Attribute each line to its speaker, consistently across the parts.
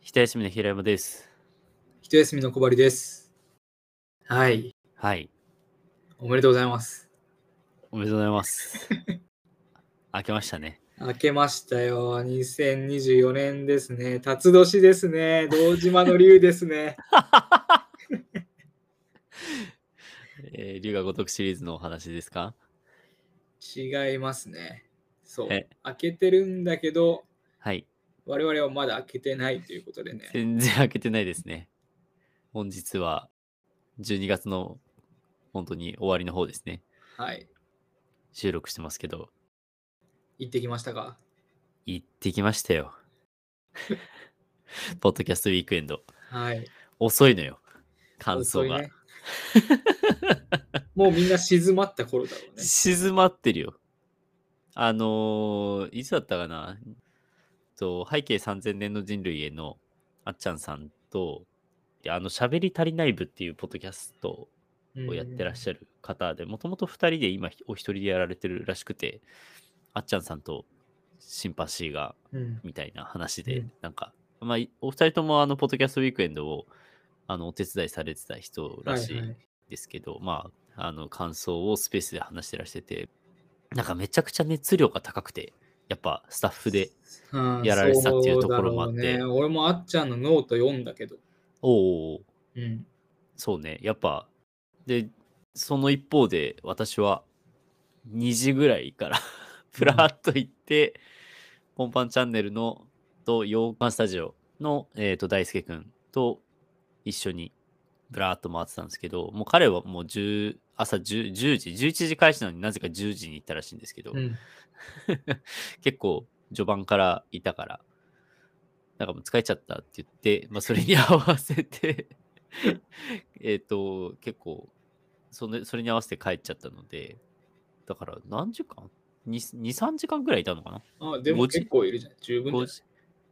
Speaker 1: 一休みの平山です。
Speaker 2: 一休みの小針です。はい。
Speaker 1: はい。
Speaker 2: おめでとうございます。
Speaker 1: おめでとうござい ます。明けましたね。
Speaker 2: 明けましたよ。2024年ですね。辰年ですね。堂島の竜ですね。
Speaker 1: えー、龍が如くシリーズのお話ですか
Speaker 2: 違いますね。そう。
Speaker 1: え
Speaker 2: 開けてるんだけど、
Speaker 1: はい。
Speaker 2: 我々はまだ開けてないということでね。
Speaker 1: 全然開けてないですね。本日は12月の本当に終わりの方ですね。
Speaker 2: はい。
Speaker 1: 収録してますけど、
Speaker 2: 行ってきましたか
Speaker 1: 行ってきました よ。ポッドキャストウィークエンド。
Speaker 2: はい。
Speaker 1: 遅いのよ。感想が。
Speaker 2: 遅いね もうみんな静まった頃だろ うね。
Speaker 1: 静まってるよ。あのーいつだったかなと背景3000年の人類へのあっちゃんさんと、であの、喋り足りない部っていうポッドキャストをやってらっし
Speaker 2: ゃ
Speaker 1: ゃる方で、もともと2人で今お一人でやられてるらしくて、あっちゃんさんとシンパシーが
Speaker 2: る。うん。
Speaker 1: みたいな話で、
Speaker 2: うん
Speaker 1: なんか、まあ、いお二人ともあの、ポッドキャストウィークエンドをあのお手伝いされてた人らしい
Speaker 2: はいはい
Speaker 1: ですけど、まあ、あの感想をスペースで話してらしてて、なんかめちゃくちゃ熱量が高くて、やっぱスタッフで、
Speaker 2: うん
Speaker 1: やられてたっていうところもあって
Speaker 2: そうだろうね、俺もあっちゃんのノート読んだけど。
Speaker 1: おうおうおう、
Speaker 2: うん。
Speaker 1: そうね、やっぱ、で、その一方で私は2時ぐらいから、 ふらっと行って、ポンパンチャンネルのと、洋館スタジオの、えー、と大輔くんと一緒に、ぶらーっと回ってたんですけど、もう彼はもう10朝 10, 10時、11時開始なのになぜか10時に行ったらしいんですけど、
Speaker 2: うん。
Speaker 1: 結構序盤からいたから、なんかもう疲れちゃったって言って、まあ、それに合わせて、 えっと、結構それ、それに合わせて帰っちゃったので、だから何時間 ?2、2 3時間ぐらいいたのかな
Speaker 2: あ、で
Speaker 1: 五
Speaker 2: も
Speaker 1: 時
Speaker 2: 結構いるじゃん。十分だ
Speaker 1: 5
Speaker 2: よ
Speaker 1: 時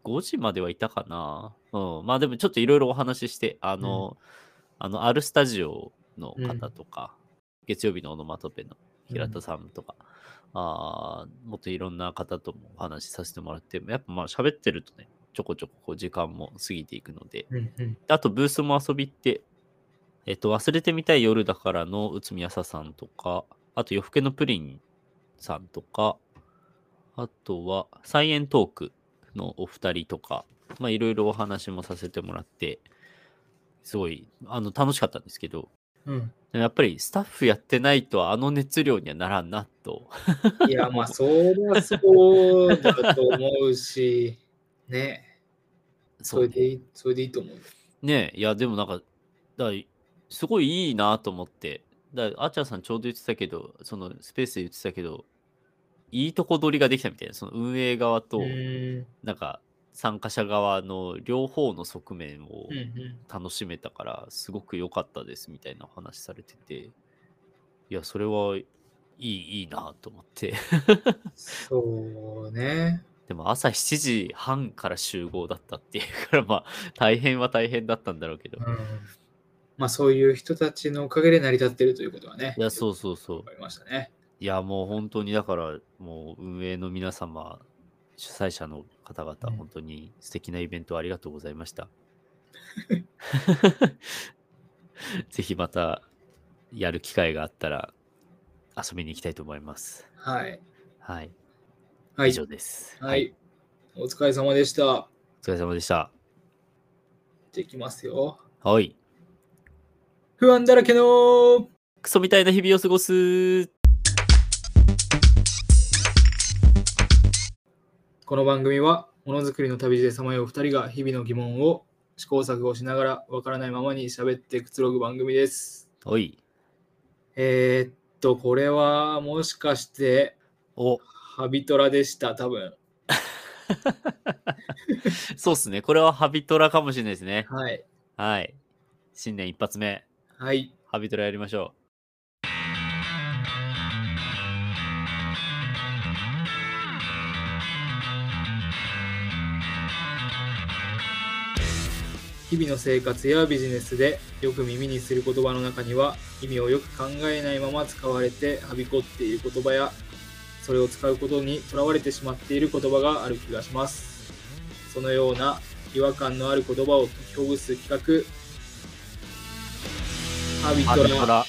Speaker 1: ,5 時まではいたかな。うん。まあでもちょっといろいろお話しして、あの、あの、あるスタジオの方とか、月曜日のオノマトペの平田さんとか、あーもっといろんな方ともお話しさせてもらって、やっぱまあ喋ってるとね、ちょこちょここう時間も過ぎていくので、
Speaker 2: うんうん
Speaker 1: であとブースも遊び行って、えっと、忘れてみたい夜だからの内海朝さんとか、あと夜更けのプリンさんとか、あとはサイエントークのお二人とか、まあいろいろお話もさせてもらって、すごい、あの、楽しかったんですけど、
Speaker 2: うん
Speaker 1: でもやっぱりスタッフやってないとあの熱量にはならんなと。
Speaker 2: いや、まあ、そりゃそうだと思うし、 ね、それでいい、それでいいと思う。
Speaker 1: ねえ、いや、でもなんか、だからすごいいいなと思って、だからあっちゃんさんちょうど言ってたけど、そのスペースで言ってたけど、いいとこ取りができたみたいな、その運営側と
Speaker 2: う、ーん
Speaker 1: なんか参加者側の両方の側面を
Speaker 2: うんうん
Speaker 1: 楽しめたから、すごく良かったですみたいなお話されてて、いや、それはいい、いいなと思って。
Speaker 2: そうね。
Speaker 1: でも朝7時半から集合だったっていうから、まあ、大変は大変だったんだろうけど
Speaker 2: う。ん、まあ、そういう人たちのおかげで成り立ってるということはね。
Speaker 1: いや、そうそうそう
Speaker 2: わ。かりましたね。
Speaker 1: いや、もう本当にだから、もう運営の皆様、主催者の方々、
Speaker 2: うん
Speaker 1: 本当に素敵なイベントありがとうございま した。ぜひまたやる機会があったら遊びに行きたいと思います。
Speaker 2: はい。
Speaker 1: はい、
Speaker 2: はい
Speaker 1: 以。上です。
Speaker 2: はい。お疲れ様でした。
Speaker 1: お疲れ様でした。
Speaker 2: じゃあ、いきますよ。
Speaker 1: はい。
Speaker 2: 不安だらけの
Speaker 1: クソみたいな日々を過ごす。
Speaker 2: この番組はものづくりの旅路でさまよう2人が日々の疑問を試行錯誤しながらわからないままに喋ってくつろぐ番組です。
Speaker 1: おい。
Speaker 2: えー、っと、これはもしかして
Speaker 1: お。
Speaker 2: ハビトラでした、多分。
Speaker 1: そうっすね。これはハビトラかもしれないですね。
Speaker 2: はい。
Speaker 1: はい。新年一発目、
Speaker 2: はい。
Speaker 1: ハビトラやりましょう。
Speaker 2: 日々の生活やビジネスでよく耳にする言葉の中には意味をよく考えないまま使われてはびこっている言葉やそれを使うことにとらわれてしまっている言葉がある気がしますそのような違和感のある言葉を解きほぐす企画ハビトラ
Speaker 1: ラ。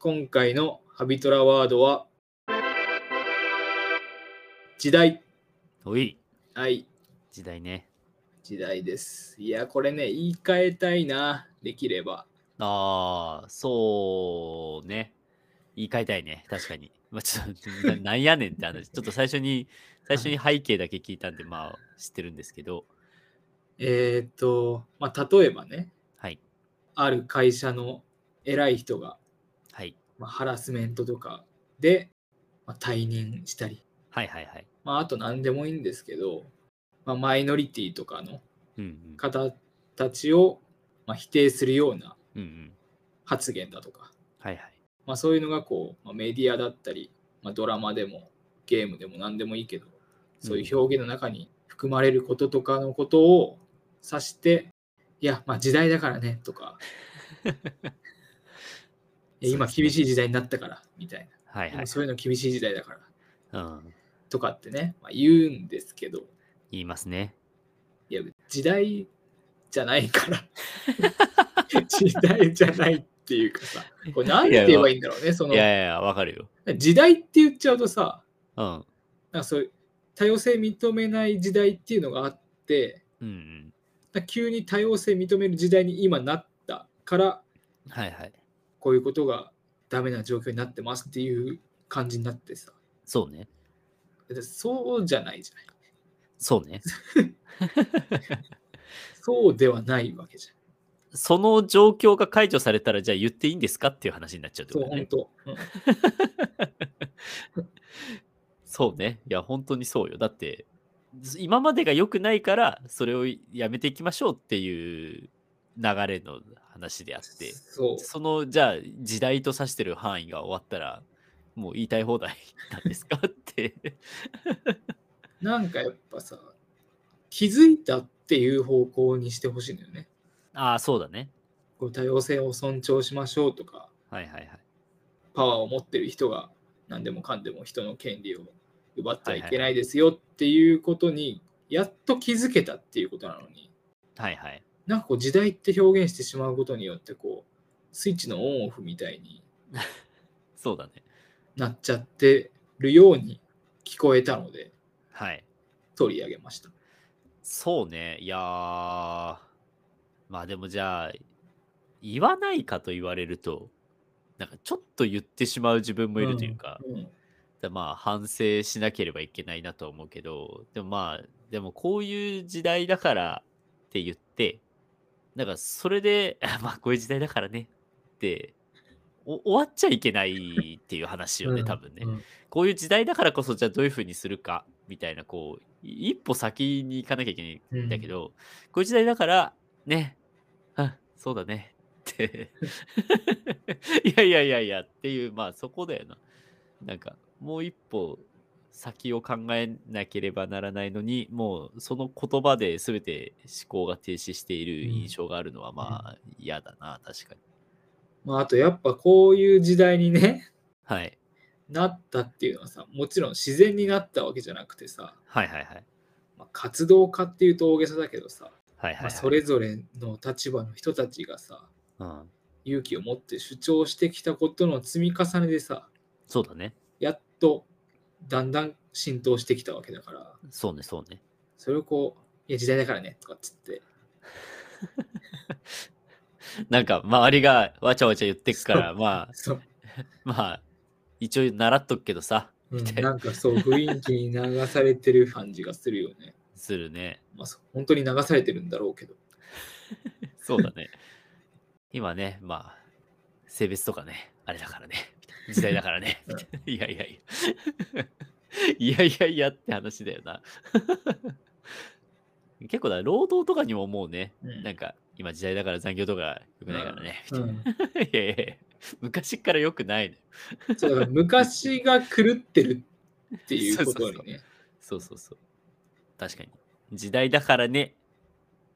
Speaker 2: 今回のハビトラワードは時代
Speaker 1: おい、
Speaker 2: はい
Speaker 1: 時代ね。
Speaker 2: 時代ですいやこれね言い換えたいなできれば
Speaker 1: ああ、そうね。言い換えたいね。確かに。まあ、ちょっと、 ななんやねんって話。ちょっと最初に、最初に背景だけ聞いたんで、まあ、知ってるんですけど。
Speaker 2: えーっとまあ例えばね
Speaker 1: はい。
Speaker 2: ある会社の偉い人が、
Speaker 1: はい。
Speaker 2: まあ、ハラスメントとかで、まあ、退任したり
Speaker 1: はいはいはい。
Speaker 2: まあ、あと何でもいいんですけど、まあ、マイノリティとかの
Speaker 1: うんうん。
Speaker 2: 方たちを、まあ、否定するような
Speaker 1: うんうん。
Speaker 2: 発言だとか、
Speaker 1: はいはい。
Speaker 2: まあ、そういうのがこう、まあ、メディアだったり、まあ、ドラマでもゲームでも何でもいいけどそういう表現の中に含まれることとかのことを指して、いやまあ時代だからね とかいや今厳しい時代になったからみたい
Speaker 1: はい
Speaker 2: な、
Speaker 1: はい。
Speaker 2: そういうの厳しい時代だから
Speaker 1: うん。
Speaker 2: とかってね、まあ、言うんですけど
Speaker 1: 言いますね。
Speaker 2: いや、時代じゃない から。時代じゃないっていうかさ、これなんて言えばいいんだろうね、そ
Speaker 1: い
Speaker 2: の、
Speaker 1: やいやいや、わかるよ。
Speaker 2: 時代って言っちゃうとさ、
Speaker 1: うん。
Speaker 2: なんかそういう多様性認めない時代っていうのがあって、
Speaker 1: うん
Speaker 2: なんか急に多様性認める時代に今なったから、
Speaker 1: うん。はいはい。
Speaker 2: こういうことがダメな状況になってますっていう感じになってさ、
Speaker 1: そうね。
Speaker 2: だってそうじゃないじゃない。
Speaker 1: そう ね。
Speaker 2: そうではないわけじゃん。
Speaker 1: その状況が解除されたら、じゃあ言っていいんですかっていう話になっちゃうってこ
Speaker 2: そう、
Speaker 1: と
Speaker 2: 本
Speaker 1: ね。
Speaker 2: 当。うん
Speaker 1: そうね。いや、本当にそうよ。だって、今までが良くないから、それをやめていきましょうっていう流れの話であって、
Speaker 2: そう。
Speaker 1: その、じゃあ、時代と指してる範囲が終わったら、もう言いたい放題なんですかって。
Speaker 2: なんかやっぱさ、気づいたっていう方向にしてほしいんだよね。
Speaker 1: ああ、そうだね。
Speaker 2: こう多様性を尊重しましょうとか、
Speaker 1: はいはいはい。
Speaker 2: パワーを持ってる人が何でもかんでも人の権利を奪っちゃいけないですよっていうことに、やっと気づけたっていうことなのに、
Speaker 1: はいはい。
Speaker 2: なんかこう時代って表現してしまうことによって、こう、スイッチのオンオフみたいに
Speaker 1: そうだね。
Speaker 2: なっちゃってるように聞こえたので、
Speaker 1: はい。
Speaker 2: 取り上げました。
Speaker 1: そうね、いやー、まあでもじゃあ、言わないかと言われると、なんかちょっと言ってしまう自分もいるというか、
Speaker 2: うん
Speaker 1: だまあ反省しなければいけないなとは思うけど、でもまあ、でもこういう時代だからって言って、なんかそれで、 あまあこういう時代だからねって、お終わっちゃいけないっていう話よね、多分ね。
Speaker 2: うん
Speaker 1: こういう時代だからこそじゃあどういうふうにするかみたいなこうい一歩先に行かなきゃいけないんだけど、こういう時代だからねあそうだねって いやいやいやいやっていうまあそこだよななんかもう一歩先を考えなければならないのにもうその言葉で全て思考が停止している印象があるのはまあ嫌だな確かに
Speaker 2: まあ、あとやっぱこういう時代にね、
Speaker 1: はい
Speaker 2: なったっていうのはさもちろん自然になったわけじゃなくてさ、
Speaker 1: はいはいはい
Speaker 2: まあ、活動家っていうと大げさだけどさ、
Speaker 1: はいはい、
Speaker 2: ま
Speaker 1: は
Speaker 2: あ、
Speaker 1: い
Speaker 2: それぞれの立場の人たちがさ
Speaker 1: うん、
Speaker 2: 勇気を持って主張してきたことの積み重ねでさ
Speaker 1: そうだね
Speaker 2: やっとだんだん浸透してきたわけだから
Speaker 1: そうねそうね
Speaker 2: それをこう「いや時代だからね」とかっつって
Speaker 1: なんか周りがわちゃわちゃ言ってくから、まあ、
Speaker 2: そう、
Speaker 1: まあ、一応習っとくけどさ、
Speaker 2: うん
Speaker 1: たいな
Speaker 2: なんかそう雰囲気に流されてる感じがするよね。
Speaker 1: するね。
Speaker 2: まあ、そう本当に流されてるんだろうけど。
Speaker 1: そうだね。 今ね、まあ、性別とかね、あれだからね、時代だからね、みたいないやいやいや。 いやいやいやって話だよな。 結構だ、労働とかにも思うね。
Speaker 2: うん
Speaker 1: なんか、今時代だから残業とか良く ないからね。
Speaker 2: う
Speaker 1: み
Speaker 2: ん
Speaker 1: たいないやいやいや、昔から良くないのよ
Speaker 2: そうだから昔が狂ってるっていうことにね。
Speaker 1: そうそうそう。確かに。時代だからね、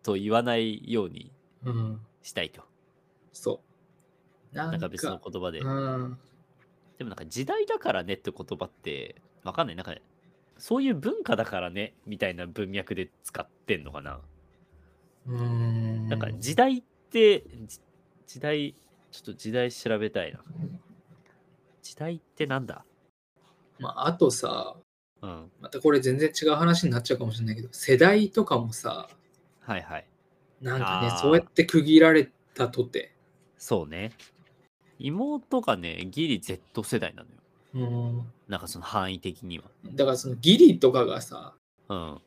Speaker 1: と言わないように
Speaker 2: うん
Speaker 1: したいと。
Speaker 2: そう。な
Speaker 1: なん
Speaker 2: ん
Speaker 1: か
Speaker 2: か
Speaker 1: 別の言葉で。
Speaker 2: うん、
Speaker 1: でもなんか時代だからねって言葉って、わかんない。なんか、そういう文化だからねみたいな文脈で使ってんのかな。
Speaker 2: うん
Speaker 1: なんか時代って、じ時代、ちょっと時代調べたいな。時代ってなんだ
Speaker 2: まあ、あとさ、
Speaker 1: うん。
Speaker 2: またこれ全然違う話になっちゃうかもしれないけど、世代とかもさ、
Speaker 1: はいはい。
Speaker 2: なんかね
Speaker 1: あー、
Speaker 2: そうやって区切られたとて、
Speaker 1: そうね。妹がね、ギリ Z 世代なのよ。
Speaker 2: うん
Speaker 1: なんかその範囲的には。
Speaker 2: だからそのギリとかがさ、
Speaker 1: うん。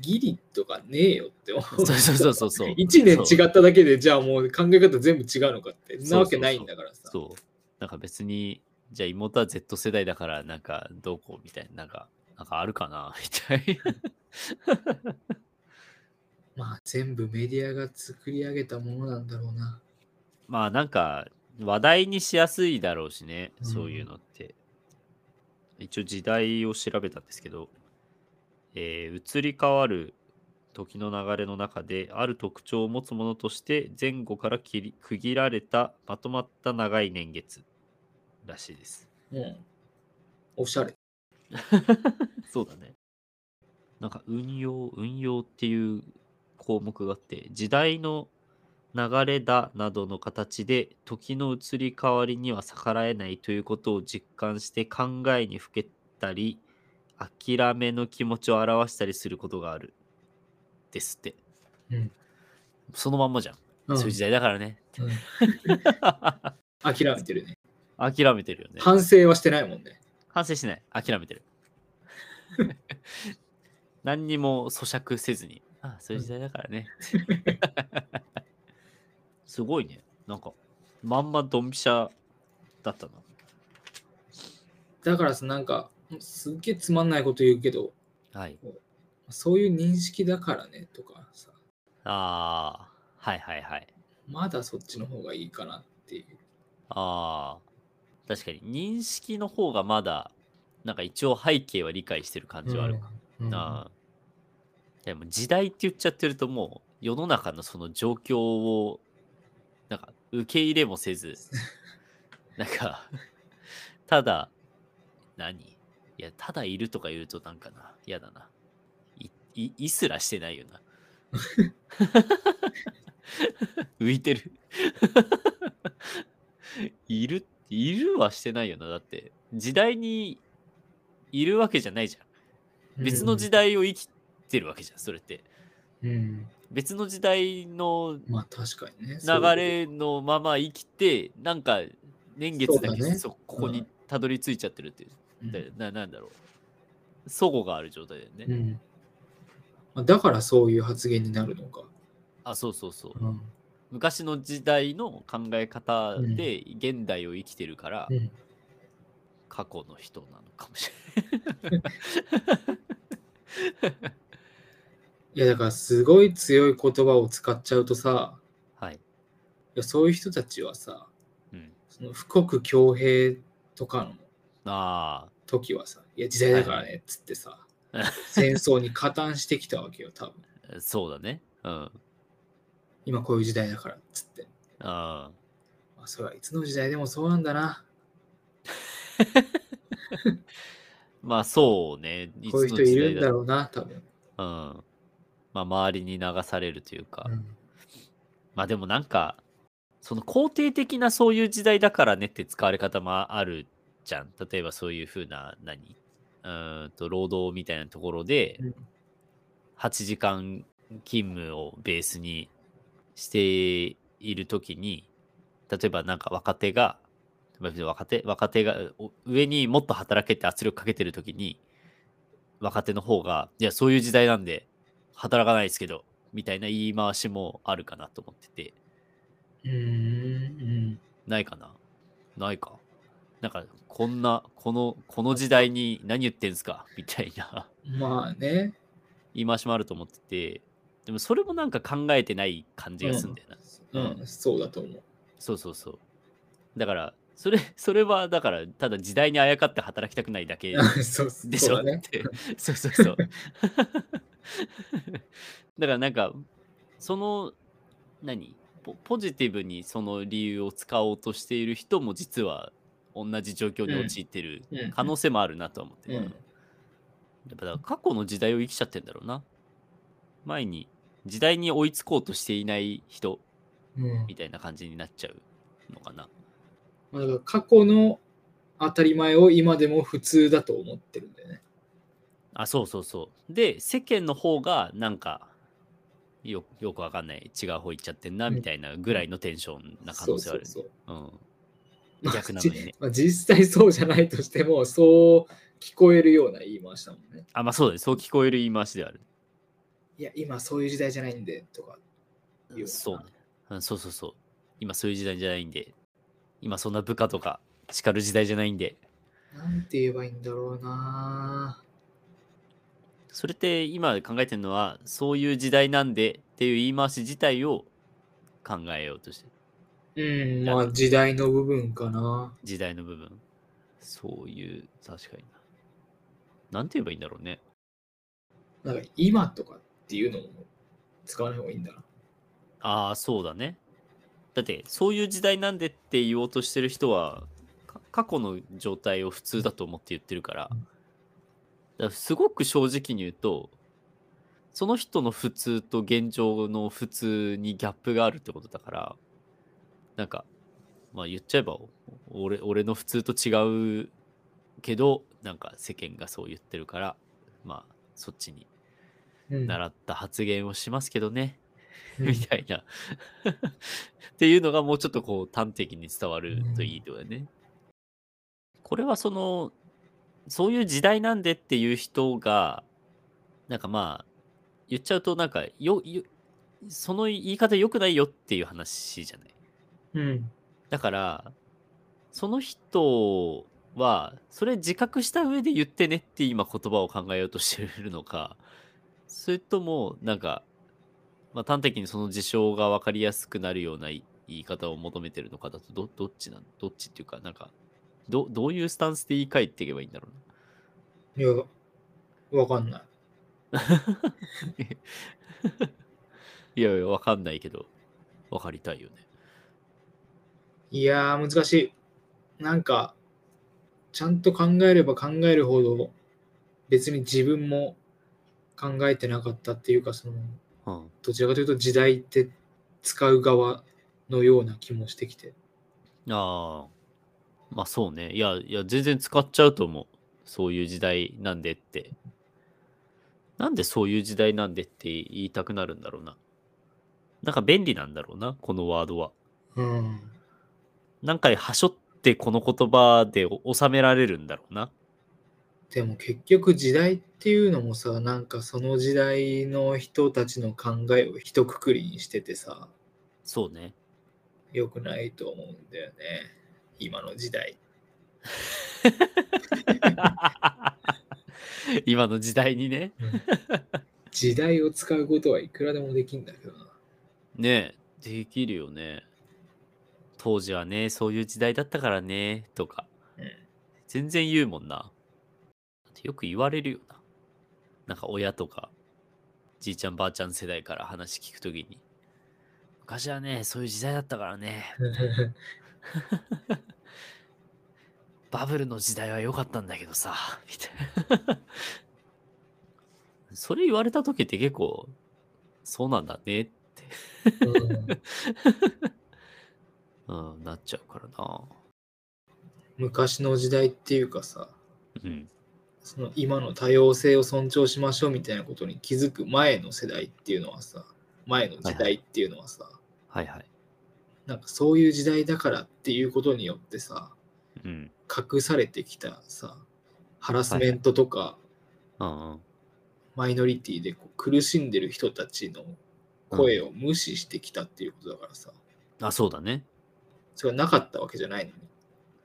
Speaker 2: ギリとかねえよって思
Speaker 1: そう
Speaker 2: う。
Speaker 1: そう そうそうそう。
Speaker 2: 1年
Speaker 1: そう。
Speaker 2: 違っただけで、じゃあもう考え方全部違うのかって、
Speaker 1: そう
Speaker 2: なわけないんだからさ。
Speaker 1: そう。なんか別に、じゃあ妹は Z 世代だから、なんかどうこうみたいな、なんか、なんかあるかな みたいな。
Speaker 2: まあ全部メディアが作り上げたものなんだろうな。
Speaker 1: まあなんか話題にしやすいだろうしね、そういうのって。一応時代を調べたんですけど、えー移り変わる時の流れの中である特徴を持つものとして前後から切り区切られたまとまった長い年月らしいです。
Speaker 2: うん。おしゃれ。
Speaker 1: そうだね。なんか運用、運用っていう項目があって、時代の流れだなどの形で時の移り変わりには逆らえないということを実感して考えにふけたり、諦めの気持ちを表したりすることがある。ですって。
Speaker 2: うん
Speaker 1: そのまんまじゃん。
Speaker 2: うん
Speaker 1: そういう時代だからね。
Speaker 2: うん 諦めてるね。
Speaker 1: 諦めてるよね。
Speaker 2: 反省はしてないもんね。
Speaker 1: 反省しない諦 めてる何にも咀嚼せずにああそういう時代だから ねすごいねなんかまんまドンピシャだったな
Speaker 2: だからさ、なんか、すっげえつまんないこと言うけど、
Speaker 1: はい
Speaker 2: そういう認識だからねとかさ、
Speaker 1: ああはいはいはい
Speaker 2: まだそっちの方がいいかなっていう。
Speaker 1: ああ確かに認識の方がまだなんか一応背景は理解してる感じはあるか、
Speaker 2: うん
Speaker 1: な、でも時代って言っちゃってるともう世の中のその状況をなんか受け入れもせ ずなんかただ何いやただいるとか言うとなんかな嫌だないいいすらしてないよ な浮いてるいるいるはしてないよなだって時代にいるわけじゃないじゃん別の時代を生きてるわけじゃんそれって
Speaker 2: 代、うん
Speaker 1: 別の時代の
Speaker 2: まあ確かにね。
Speaker 1: 流れのまま生きてなんか年月だけ
Speaker 2: そう
Speaker 1: そ
Speaker 2: だね
Speaker 1: ここにたどり着いちゃってるっていう、
Speaker 2: そういう
Speaker 1: だななんだろう齟齬がある状態だよね、
Speaker 2: うんうんまあだからそういう発言になるのか。
Speaker 1: あそうそうそう
Speaker 2: うん
Speaker 1: 昔の時代の考え方
Speaker 2: うん
Speaker 1: で現代を生きてるから、
Speaker 2: うん
Speaker 1: 過去の人なのかもし
Speaker 2: いやだからすごい強い言葉を使っちゃうとさ、
Speaker 1: れないはい、
Speaker 2: いやそういう人たちはさ、
Speaker 1: うん、
Speaker 2: その富国強兵とかの
Speaker 1: ああ
Speaker 2: 時はさ、いや時代だからねっつってさ
Speaker 1: はい、
Speaker 2: 戦争に加担してきたわけよ、多分。
Speaker 1: そうだねうん
Speaker 2: 今こういう時代だからっつって。
Speaker 1: あー
Speaker 2: まあ、それはいつの時代でもそうなんだな。
Speaker 1: まあそうねい
Speaker 2: こういう
Speaker 1: つの
Speaker 2: 人い
Speaker 1: 時代
Speaker 2: るん
Speaker 1: だ
Speaker 2: だろうな、多分。
Speaker 1: うん。まあ、周りに流されるというか、
Speaker 2: うん
Speaker 1: まあでもなんか、その肯定的なそういう時代だからねって使われ方もあるじゃん。例えばそういうふうな、何うーんと、労働みたいなところで
Speaker 2: うん、
Speaker 1: 8時間勤務をベースにしているときに、例えばなんか若手が、別に若手若手がお上にもっと働けって圧力かけてるときに、若手の方が、いや、そういう時代なんで、働かないですけど、みたいな言い回しもあるかなと思ってて、
Speaker 2: うーん。
Speaker 1: ないかなないか。なんか、こんな、この、この時代に何言ってんすかみたいな
Speaker 2: うんまあね。
Speaker 1: 言い回しもあると思ってて、でもそれもなんか考えてない感じがするんだよな。
Speaker 2: うん、そうだと思う。
Speaker 1: そうそうそう。だから、それ、それは、だから、ただ時代にあやかって働きたくないだけ
Speaker 2: そうそう
Speaker 1: でしょ
Speaker 2: だ
Speaker 1: っ
Speaker 2: ね。
Speaker 1: て。 そうそう そう。だからなんか、その、何ポポジティブにその理由を使おうとしている人も実は同じ状況に陥ってる
Speaker 2: うん
Speaker 1: 可能性もあるなとは思ってる、
Speaker 2: うん
Speaker 1: やっぱだから過去の時代を生きちゃってんだろうな。前に時代に追いつこうとしていない人
Speaker 2: うん
Speaker 1: みたいな感じになっちゃうのかな。
Speaker 2: まあ、だから過去の当たり前を今でも普通だと思ってるんだよね。
Speaker 1: あ、そうそうそう。で、世間の方がなんかよよくわかんない違う方行っちゃってんな
Speaker 2: うん
Speaker 1: みたいなぐらいのテンションな可能性はあるね。
Speaker 2: そうそうそう
Speaker 1: うん。逆なのにね。
Speaker 2: まあ、実際そうじゃないとしても、そう聞こえるような言い回しだもんね。
Speaker 1: あ、まあそうだね。そう聞こえる言い回しである。
Speaker 2: いや、今そういう時代じゃないんでとか。言うよな
Speaker 1: そうね。うんそうそうそう。今そういう時代じゃないんで、今そんな部下とか叱る時代じゃないんで、
Speaker 2: なんて言えばいいんだろうな。
Speaker 1: それって今考えてるのは、そういう時代なんでっていう言い回し自体を考えようとしてる。
Speaker 2: うん、まあ時代の部分かな。
Speaker 1: 時代の部分。そういう、確かにな。なんて言えばいいんだろうね。
Speaker 2: なんか今とかっていうのも使わない方がいいんだな。
Speaker 1: ああ、そうだね。だって、そういう時代なんでって言おうとしてる人は、か過去の状態を普通だと思って言ってるから、だ
Speaker 2: うん
Speaker 1: からすごく正直に言うと、その人の普通と現状の普通にギャップがあるってことだから、なんか、まあ言っちゃえば、お俺俺の普通と違うけど、なんか世間がそう言ってるから、まあそっちに
Speaker 2: うん、
Speaker 1: 習った発言をしますけどね、
Speaker 2: うん
Speaker 1: みたいな。っていうのがもうちょっとこう端的に伝わるといいとはね。これはその、そういう時代なんでっていう人が、なんかまあ、言っちゃうとなんかよ、よ、その言い方良くないよっていう話じゃない。
Speaker 2: うん。
Speaker 1: だから、その人は、それ自覚した上で言ってねって今言葉を考えようとしてるのか、それとも、なんか、まあ、端的にその事象が分かりやすくなるような言い言い方を求めてるのかだと、どどっちなんどっちっていうか、なんか、どどういうスタンスで言い換えていけばいいんだろう
Speaker 2: いや、わかんない。
Speaker 1: な。いやいや、わかんないけど、わかりたいよね。
Speaker 2: いやー、難しい。なんか、ちゃんと考えれば考えるほど、別に自分も考えてなかったっていうか、その、
Speaker 1: うん。
Speaker 2: どちらかというと時代って使う側のような気もしてきて。
Speaker 1: ああ。まあそうね。いや、いや、全然使っちゃうと思う。そういう時代なんでって。なんでそういう時代なんでって言いたくなるんだろうな。なんか便利なんだろうな、このワードは。
Speaker 2: うん。
Speaker 1: なんかはしょってこの言葉で収められるんだろうな。
Speaker 2: でも結局時代っていうのもさ、なんかその時代の人たちの考えを一括りにしててさ、
Speaker 1: そうね。
Speaker 2: 良くないと思うんだよね。今の時代。
Speaker 1: 今の時代にね。
Speaker 2: 時代を使うことはいくらでもできんだけどな。
Speaker 1: ねえ、できるよね。当時はね、そういう時代だったからね、とか。
Speaker 2: うん
Speaker 1: 全然言うもんな。よく言われるよな。なんか親とか、じいちゃんばあちゃん世代から話聞くときに。昔はね、そういう時代だったからね。バブルの時代は良かったんだけどさ、みたいな。 それ言われた時って結構、そうなんだね
Speaker 2: うん
Speaker 1: うん、なっちゃうからな。
Speaker 2: 昔の時代っていうかさ
Speaker 1: うん。
Speaker 2: その今の多様性を尊重しましょうみたいなことに気づく前の世代っていうのはさ前の時代っていうのはさ、
Speaker 1: はいはい。
Speaker 2: なんかそういう時代だからっていうことによってさ
Speaker 1: うん。
Speaker 2: 隠されてきたさハラスメントとか、
Speaker 1: うんうん。
Speaker 2: マイノリティでこう苦しんでる人たちの声を無視してきたっていうことだからさ、
Speaker 1: あ、そうだね。
Speaker 2: それがなかったわけじゃないのに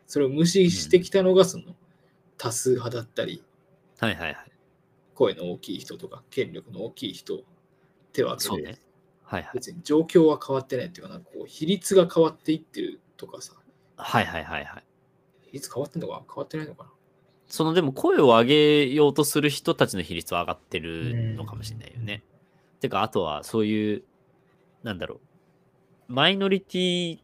Speaker 2: それを無視してきたのがその多数派だったり、
Speaker 1: はいはいはい。
Speaker 2: 声の大きい人とか権力の大きい人ってわ
Speaker 1: そう
Speaker 2: けで、
Speaker 1: ねはいはい。
Speaker 2: 別に状況は変わってないっていうかなんかこう比率が変わっていってるとかさ
Speaker 1: はいはいはいはい。
Speaker 2: 比率変わってんのか変わってないのかな
Speaker 1: そのでも声を上げようとする人たちの比率は上がってるのかもしれないよね。てか、あとはそういう、なんだろう、マイノリティ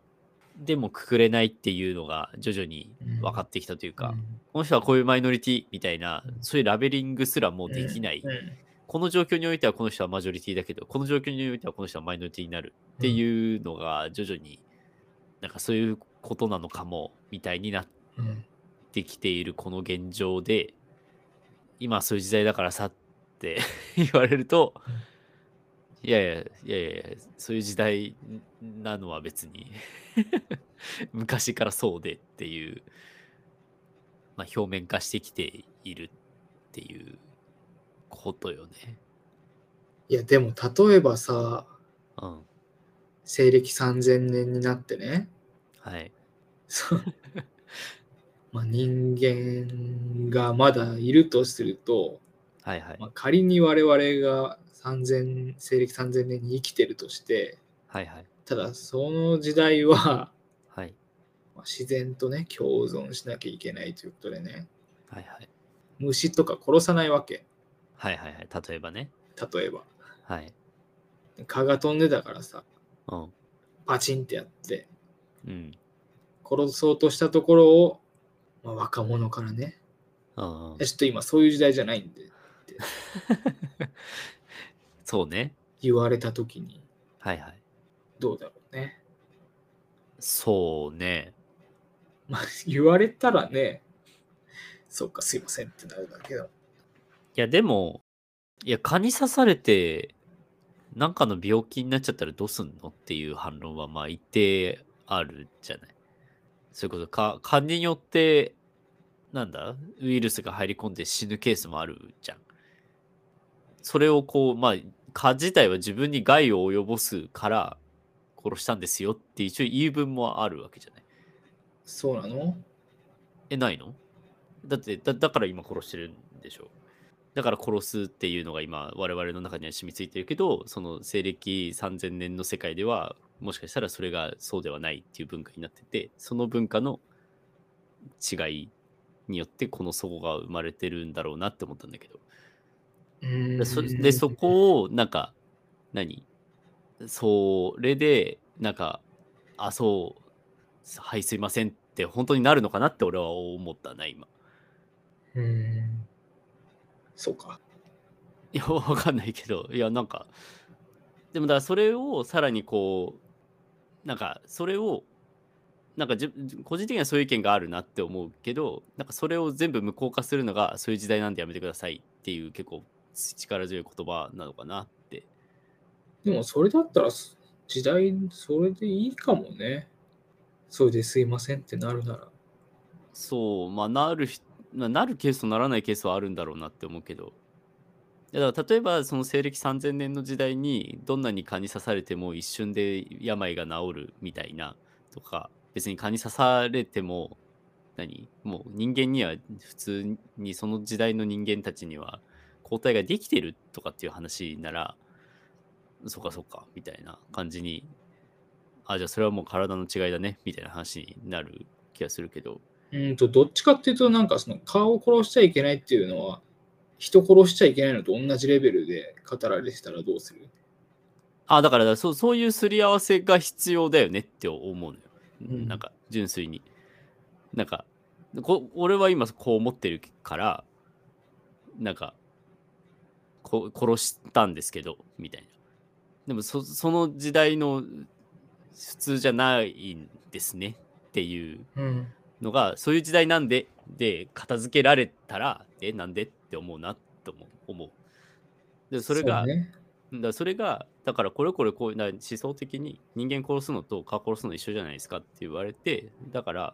Speaker 1: でもくくれないっていうのが徐々に分かってきたというか、この人はこういうマイノリティみたいな、そういうラベリングすらもうできない。
Speaker 2: うん
Speaker 1: この状況においてはこの人はマジョリティだけど、この状況においてはこの人はマイノリティになるっていうのが徐々に、なんかそういうことなのかも、みたいになっ
Speaker 2: うん
Speaker 1: てきているこの現状で、今そういう時代だからさって 言われると、いやいや、いやいや、そういう時代なのは別に 昔からそうでっていう、まあ、表面化してきているっていうことよね。
Speaker 2: いやでも例えばさ
Speaker 1: うん。
Speaker 2: 西暦3000年になってね
Speaker 1: はい。
Speaker 2: そうまあ人間がまだいるとすると、
Speaker 1: はいはい。
Speaker 2: まあ、仮に我々が3000西暦3000年に生きてるとして
Speaker 1: はいはい。
Speaker 2: ただその時代は
Speaker 1: はい。
Speaker 2: まあ自然とね共存しなきゃいけないということでね
Speaker 1: はいはい。
Speaker 2: 虫とか殺さないわけ
Speaker 1: はいはいはい。例えばね。
Speaker 2: 例えば
Speaker 1: はい。
Speaker 2: 蚊が飛んでたからさ
Speaker 1: うん。
Speaker 2: パチンってやって
Speaker 1: うん。
Speaker 2: 殺そうとしたところを、まあ、若者からね
Speaker 1: うんうん
Speaker 2: いや、ちょっと今そういう時代じゃないんで
Speaker 1: そうね。
Speaker 2: 言われた時に
Speaker 1: はいはい。
Speaker 2: どうだろうね
Speaker 1: そうね。
Speaker 2: まあ言われたらねそっかすいませんってなるだけど
Speaker 1: いや、でも、いや、蚊に刺されて、なんかの病気になっちゃったらどうすんのっていう反論は、まあ、一定あるじゃない。そういうことか、蚊によって、なんだ、ウイルスが入り込んで死ぬケースもあるじゃん。それをこう、まあ、蚊自体は自分に害を及ぼすから殺したんですよって一応言い分もあるわけじゃない。
Speaker 2: そうなの
Speaker 1: え、ないのだってだ、だから今殺してるんでしょ。だから殺すっていうのが今我々の中には染みついてるけど、その西暦3000年の世界では、もしかしたらそれがそうではないっていう文化になってて、その文化の違いによってこの齟齬が生まれてるんだろうなって思ったんだけど。
Speaker 2: うーん
Speaker 1: でそでそこをなんか何それでなんかあそうはいすいませんって本当になるのかなって俺は思ったな今
Speaker 2: うーんそうか
Speaker 1: いやわかんないけどいやなんかでもだからそれをさらにこうなんかそれをなんかじ個人的にはそういう意見があるなって思うけどなんかそれを全部無効化するのがそういう時代なんでやめてくださいっていう結構力強い言葉なのかなって
Speaker 2: でもそれだったらす時代それでいいかもね。それですいませんってなるなら。
Speaker 1: そう、まあ、なるひ、まあ、なるケースとならないケースはあるんだろうなって思うけど。いやだから例えばその西暦3000年の時代にどんなに蚊に刺されても一瞬で病が治るみたいなとか別に蚊に刺されても何もう人間には普通にその時代の人間たちには抗体ができてるとかっていう話ならそっかそっかみたいな感じにあじゃあそれはもう体の違いだねみたいな話になる気がするけど
Speaker 2: うんと、どっちかっていうと、なんかその顔を殺しちゃいけないっていうのは、人殺しちゃいけないのと同じレベルで語られてたらどうする
Speaker 1: あだからそうそういうすり合わせが必要だよねって思うのよ、
Speaker 2: うん
Speaker 1: なんか純粋になんかこ俺は今こう思ってるからなんかこ殺したんですけどみたいなでもそその時代の普通じゃないんですねっていう
Speaker 2: うん。
Speaker 1: のがそういう時代なんでで片付けられたらえなんでって思うなとも思うでそれが
Speaker 2: うね、
Speaker 1: だからそれがだからこれこれこういうな思想的に人間殺すのと蚊殺すの一緒じゃないですかって言われてだから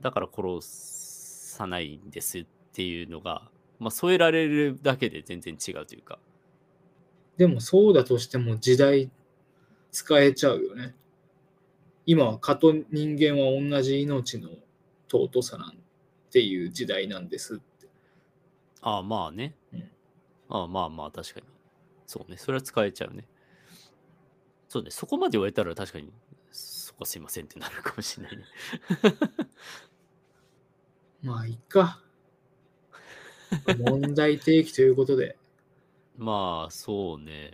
Speaker 1: だから殺さないんですっていうのが、まあ、添えられるだけで全然違うというか
Speaker 2: でもそうだとしても時代使えちゃうよね。今は蚊と人間は同じ命の尊さなんていう時代なんですって。
Speaker 1: ああまあね、
Speaker 2: うん
Speaker 1: ああまあまあ確かにそうねそれは使えちゃうねそうねそこまで言われたら確かにそこすいませんってなるかもしれないね
Speaker 2: まあ、いっか。問題提起ということで。
Speaker 1: まあそうね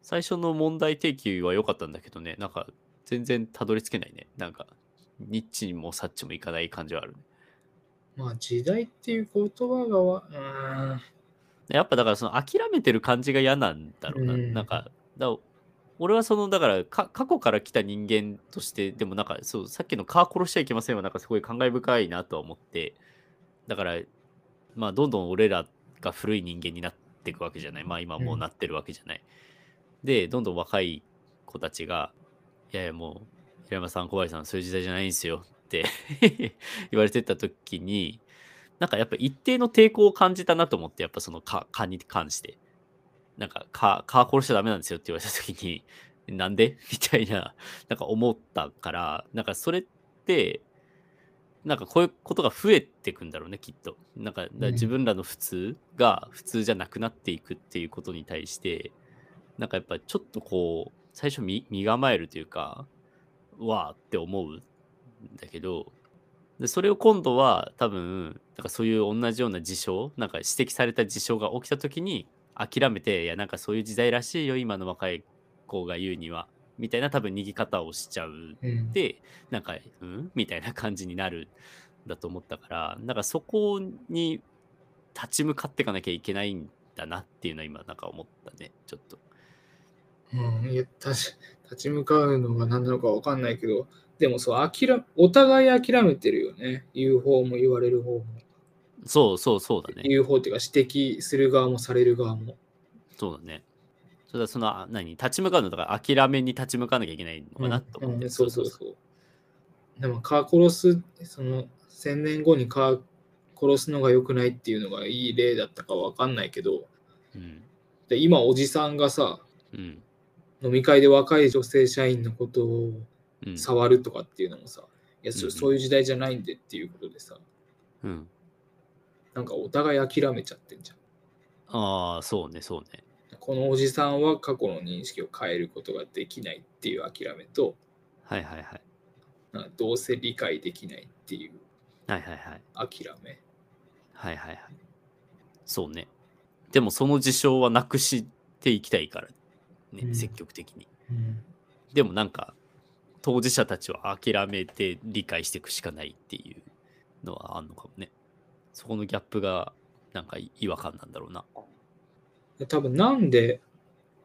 Speaker 1: 最初の問題提起は良かったんだけどねなんか全然たどり着けないねなんかニッチにもサッチもいかない感じはあるね
Speaker 2: まあ時代っていう言葉がわうーん
Speaker 1: やっぱだからその諦めてる感じが嫌なんだろうな。
Speaker 2: うん
Speaker 1: なんか、だ俺はそのだからか過去から来た人間として、でもなんかそう、さっきの蚊殺しちゃいけませんはなんかすごい感慨深いなとは思って、だから、まあどんどん俺らが古い人間になっていくわけじゃない。まあ今もうなってるわけじゃない。で、どんどん若い子たちが、いやいやもう、平山さん、小林さん、そういう時代じゃないんですよって 言われてた時に、なんかやっぱ一定の抵抗を感じたなと思って、やっぱその蚊蚊に関して。なんか蚊、蚊殺しちゃダメなんですよって言われた時に、 なんでみたいな、なんか思ったから、なんかそれって、なんかこういうことが増えてくんだろうね、きっと。なんかだから
Speaker 2: うん
Speaker 1: 自分らの普通が普通じゃなくなっていくっていうことに対して、なんかやっぱちょっとこう、最初身身構えるというか、わーって思うんだけど、でそれを今度は多分なんかそういう同じような事象なんか指摘された事象が起きた時に諦めていやなんかそういう時代らしいよ今の若い子が言うにはみたいな多分逃げ方をしちゃう
Speaker 2: うん
Speaker 1: でなんか「うん?」みたいな感じになるんだと思ったからなんかそこに立ち向かっていかなきゃいけないんだなっていうのは今なんか思ったねちょっと。
Speaker 2: うん、いや立ち立ち向かうのが何なのか分かんないけどでもそう諦お互い諦めてるよね言う方も言われる方も、
Speaker 1: そうそうそうだね。
Speaker 2: 言う方っていうか指摘する側もされる側も、
Speaker 1: そうだね。それはそのあ何立ち向かうのだから諦めに立ち向かなきゃいけないのかなと思って、
Speaker 2: うんそうそうそうでも蚊殺すその1000年後に蚊殺すのが良くないっていうのがいい例だったか分かんないけど
Speaker 1: う。うん。
Speaker 2: で今おじさんがさ
Speaker 1: うん。
Speaker 2: 飲み会で若い女性社員のことを
Speaker 1: うん。
Speaker 2: 触るとかっていうのもさ、
Speaker 1: うん
Speaker 2: いや
Speaker 1: う
Speaker 2: そ
Speaker 1: ん
Speaker 2: そういう時代じゃないんでっていうことでさ
Speaker 1: うん、
Speaker 2: なんかお互い諦めちゃってんじゃん
Speaker 1: ああ、そうね、そうね。
Speaker 2: このおじさんは過去の認識を変えることができないっていう諦めと
Speaker 1: はいはいはい。
Speaker 2: なんかどうせ理解できないっていう
Speaker 1: はいはいはい。
Speaker 2: 諦め
Speaker 1: はいはいはい。そうね。でもその事象はなくしていきたいから、ね、
Speaker 2: うん
Speaker 1: 積極的に。
Speaker 2: うん、
Speaker 1: でもなんか、当事者たちは諦めて理解していくしかないっていうのはあんのかもね。そこのギャップがなんか違和感なんだろうな。
Speaker 2: で多分なんで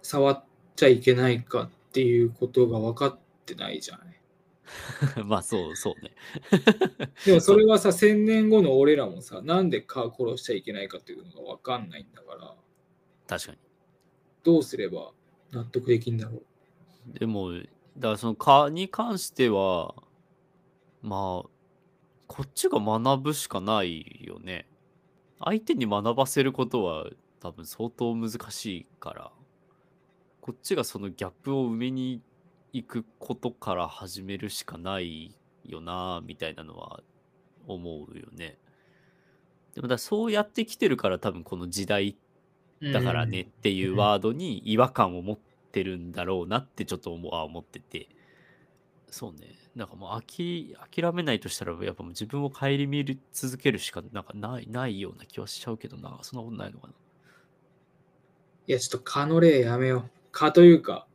Speaker 2: 触っちゃいけないかっていうことが分かってないじゃない
Speaker 1: まあそうそうね。
Speaker 2: でもそれはさ1000年後の俺らもさなんで蚊を殺しちゃいけないかっていうのが分かんないんだから
Speaker 1: 確かに。
Speaker 2: どうすれば納得できんだろう
Speaker 1: でも、だからその蚊に関しては、まあ、こっちが学ぶしかないよね。相手に学ばせることは多分相当難しいから、こっちがそのギャップを埋めに行くことから始めるしかないよな、みたいなのは思うよね。でもだからそうやってきてるから多分この時代ってだからねっ、ていうワードに違和感を持ってるんだろうなってちょっと思あ思っててそうねなんかもうあき諦めないとしたらやっぱもう自分を顧みる続けるしかなんかないないような気はしちゃうけどなそんなことないのかない
Speaker 2: やちょっと蚊の例やめよう蚊というか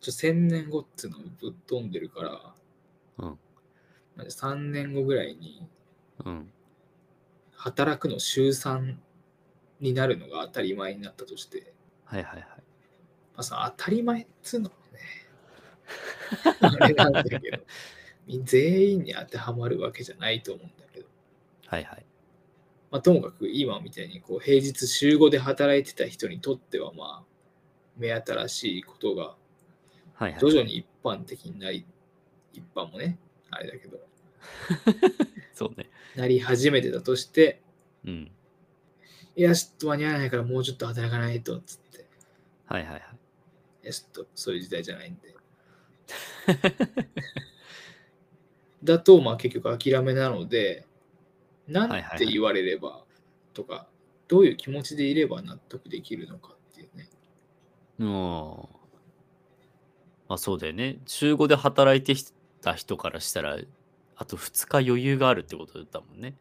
Speaker 2: ちょ1000年後っつうのぶっ飛んでるから
Speaker 1: うん
Speaker 2: なんで3年後ぐらいに
Speaker 1: うん
Speaker 2: 働くの週3になるのが当たり前になったとして、
Speaker 1: はいはいはい
Speaker 2: まあ、その当たり前っつうのもねあれなんだけど全員に当てはまるわけじゃないと思うんだけど、
Speaker 1: はいはい
Speaker 2: まあ、ともかく今みたいにこう平日週5で働いてた人にとってはまあ目新しいことが
Speaker 1: はいはい
Speaker 2: 徐々に一般的になり、一般もね、あれだけど、
Speaker 1: そうね
Speaker 2: なり始めてたとして、
Speaker 1: うん
Speaker 2: いや、ちょっと間に合わないからもうちょっと働かないと、つって、い
Speaker 1: はいはいはい
Speaker 2: や、ちょっとそういう時代じゃないん で。だと、まあ結局諦めなので、なん
Speaker 1: はいはいは
Speaker 2: て
Speaker 1: い
Speaker 2: 言われればとか、どういう気持ちでいれば納得できるのかっていうね。
Speaker 1: うんまあそうだよね週5で働いてきた人からしたらあと2日余裕があるってことだったもんね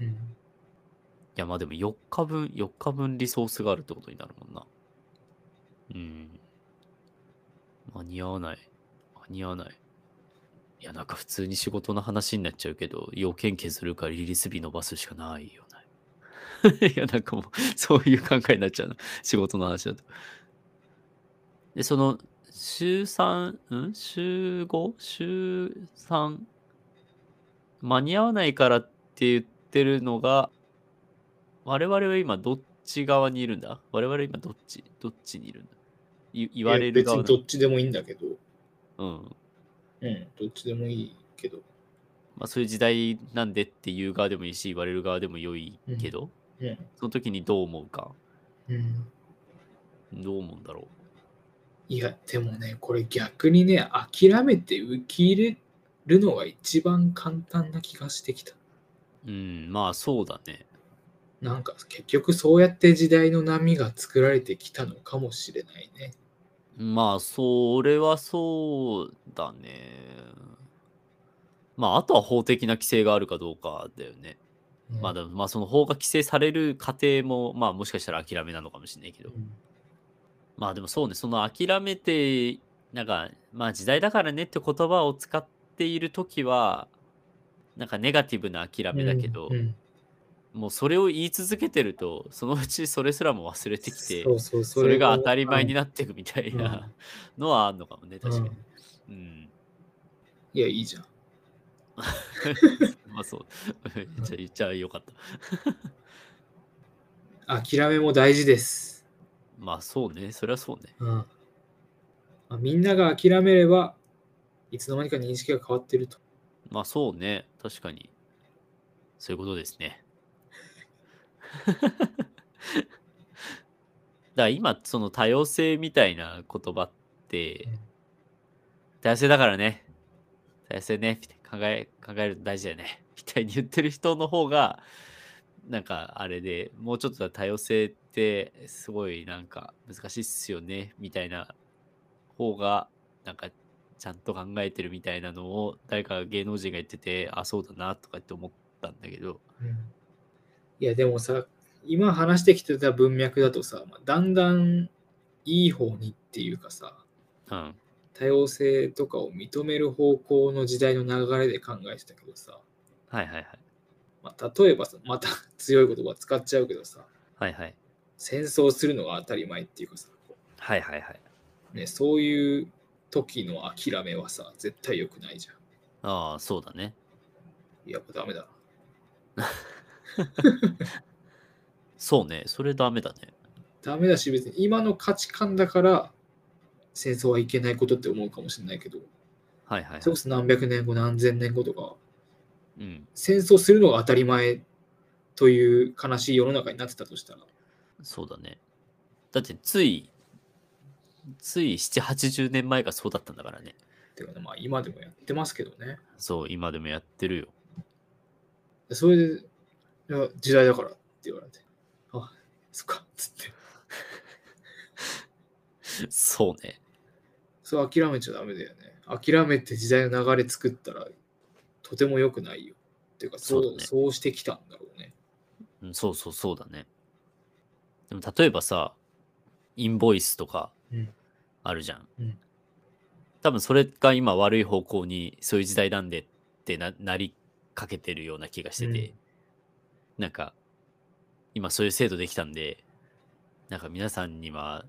Speaker 2: うん、
Speaker 1: いや、まあでも4日分、4日分リソースがあるってことになるもんな。うん。間に合わない。間に合わない。いや、なんか普通に仕事の話になっちゃうけど、要件削るかリリース日伸ばすしかないよね。 いや、なんかもう、そういう考えになっちゃうな。仕事の話だと。で、その、週3、うん週 5? 週 3? 間に合わないからって言ってるのが、我々は今どっち側にいるんだ我々は今どっち、どっちにいるんだい言われる
Speaker 2: いや
Speaker 1: 側
Speaker 2: 別
Speaker 1: な
Speaker 2: にどっちでもいいんだけど、
Speaker 1: うん。
Speaker 2: うん、どっちでもいいけど、
Speaker 1: まあ、そういう時代なんでっていう側でもいいし言われる側でも良いけど、
Speaker 2: うん、
Speaker 1: その時にどう思うか
Speaker 2: うん。
Speaker 1: どう思うんだろ
Speaker 2: いや、でもね、これ逆にね、諦めて受け入れるのが一番簡単な気がしてきた。
Speaker 1: ううんまあそうだね
Speaker 2: なんか結局そうやって時代の波が作られてきたのかもしれないね。
Speaker 1: まあそれはそうだねまああとは法的な規制があるかどうかだよね、
Speaker 2: うん
Speaker 1: まあ、でもまあその法が規制される過程もまあもしかしたら諦めなのかもしれないけど、
Speaker 2: うん
Speaker 1: まあでもそうね、その諦めて、なんか、まあ時代だからねって言葉を使っているときは、なんかネガティブな諦めだけど、
Speaker 2: うんうん
Speaker 1: もうそれを言い続けてると、そのうちそれすらも忘れてきて、
Speaker 2: そうそう
Speaker 1: それが当たり前になっていくみたいな のはあんのかもね、
Speaker 2: うん
Speaker 1: 確か
Speaker 2: う
Speaker 1: に
Speaker 2: ん。
Speaker 1: うん。
Speaker 2: いや、いいじゃん。
Speaker 1: まあそう。 じゃあ言っちゃよかった。
Speaker 2: 諦めも大事です。
Speaker 1: まあそうね、それはそうね。
Speaker 2: うんまあ、みんなが諦めれば、いつの間にか認識が変わってると。
Speaker 1: まあそうね、確かに。そういうことですね。 だから今、その多様性みたいな言葉って
Speaker 2: うん、
Speaker 1: 多様性だからね、多様性ね、みたいな考え、考えると大事だよね、 みたいに言ってる人の方が、なんかあれでもうちょっと多様性ってすごいなんか難しいっすよね、みたいな方が、なんかちゃんと考えてるみたいなのを誰か芸能人が言っててあそうだなとかって思ったんだけど
Speaker 2: うんいや、でもさ、今話してきてた文脈だとさ、まあだんだんいい方にっていうかさ、
Speaker 1: うん
Speaker 2: 多様性とかを認める方向の時代の流れで考えてたけどさ、
Speaker 1: はいはいはい
Speaker 2: まあ、例えばさまた 強い言葉使っちゃうけどさ
Speaker 1: はいはい
Speaker 2: 戦争するのが当たり前っていうかさ、
Speaker 1: はいはいはい
Speaker 2: ね、そういう時の諦めはさ絶対良くないじゃ
Speaker 1: ああそうだね
Speaker 2: んやっぱダメだ
Speaker 1: そうねそれダメだね
Speaker 2: ダメだし別に今の価値観だから戦争はいけないことって思うかもしれないけど
Speaker 1: はいはいはい
Speaker 2: それこそ何百年後何千年後とか
Speaker 1: うん
Speaker 2: 戦争するのが当たり前という悲しい世の中になってたとしたら
Speaker 1: そうだねだってついつい780年前がそうだったんだからね
Speaker 2: ていうかまあ今でもやってますけどね
Speaker 1: そう今でもやってるよ
Speaker 2: それで、いや時代だからって言われて、あ、そっか、つって。
Speaker 1: そうね
Speaker 2: そう諦めちゃダメだよね。諦めて時代の流れ作ったら、とても良くないよ。っていうか、そう
Speaker 1: そ
Speaker 2: そう
Speaker 1: だ
Speaker 2: う,、
Speaker 1: ね
Speaker 2: してきたんだろうね。
Speaker 1: うんそうそうそうだねでも例えばさインボイスとか
Speaker 2: うん
Speaker 1: あるじゃん、
Speaker 2: うん
Speaker 1: 多分それが今悪い方向にそういう時代なんでってななりかけてるような気がしてて、なんか今そういう制度できたんでなんか皆さんには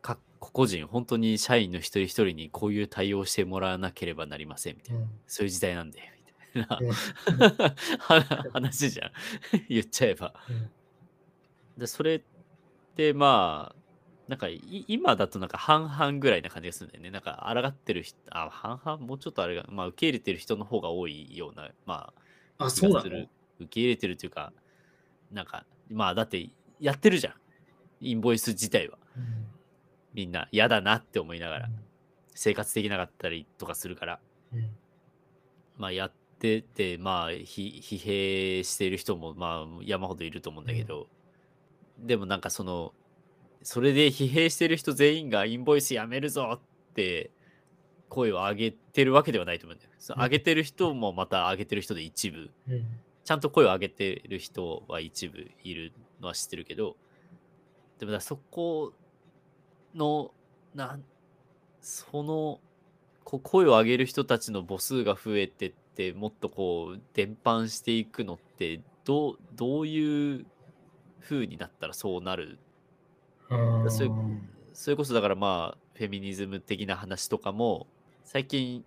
Speaker 1: 各個々人本当に社員の一人一人にこういう対応をしてもらわなければなりませんみたいな、そういう時代なんでみたいな
Speaker 2: うん
Speaker 1: は 話じゃん言っちゃえば
Speaker 2: うん
Speaker 1: でそれってまあなんかい今だとなんか半々ぐらいな感じがするんだよねなんか抗ってる人あ半々もうちょっとあれがまあ受け入れてる人の方が多いようなまあ
Speaker 2: あ、
Speaker 1: 気
Speaker 2: そう
Speaker 1: が
Speaker 2: な
Speaker 1: する
Speaker 2: の
Speaker 1: 受け入れてるというかなんかまあだってやってるじゃんインボイス自体はみんな嫌だなって思いながら生活できなかったりとかするから
Speaker 2: うん
Speaker 1: まあ、やってて、まあ、ひ疲弊している人も、まあ、山ほどいると思うんだけど、でもなんかその、それで疲弊している人全員がインボイスやめるぞって声を上げてるわけではないと思うんだよ。そう
Speaker 2: うん
Speaker 1: 上げてる人もまた上げてる人で一部、
Speaker 2: うん
Speaker 1: ちゃんと声を上げてる人は一部いるのは知ってるけど、でもだからそこの、なん、そのこう声を上げる人たちの母数が増えてってもっとこう伝播していくのってどうどういう風になったらそうなる
Speaker 2: うん
Speaker 1: そういうそれこそだからまあフェミニズム的な話とかも最近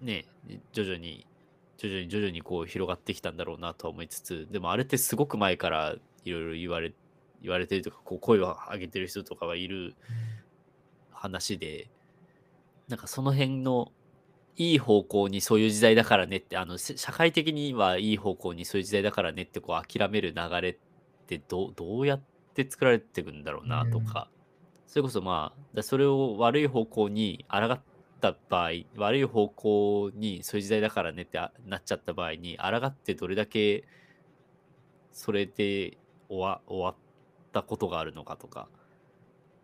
Speaker 1: ね徐々に徐々に徐々にこう広がってきたんだろうなとは思いつつでもあれってすごく前からいろいろ言われ言われてるとかこう声を上げてる人とかはいる話でなんかその辺のいい方向にそういう時代だからねってあのせ社会的にはいい方向にそういう時代だからねってこう諦める流れってどうどうやって作られていくんだろうなとか、それこそまあだそれを悪い方向に抗った場合悪い方向にそういう時代だからねってあなっちゃった場合に抗ってどれだけそれで終わ終わったことがあるのかとか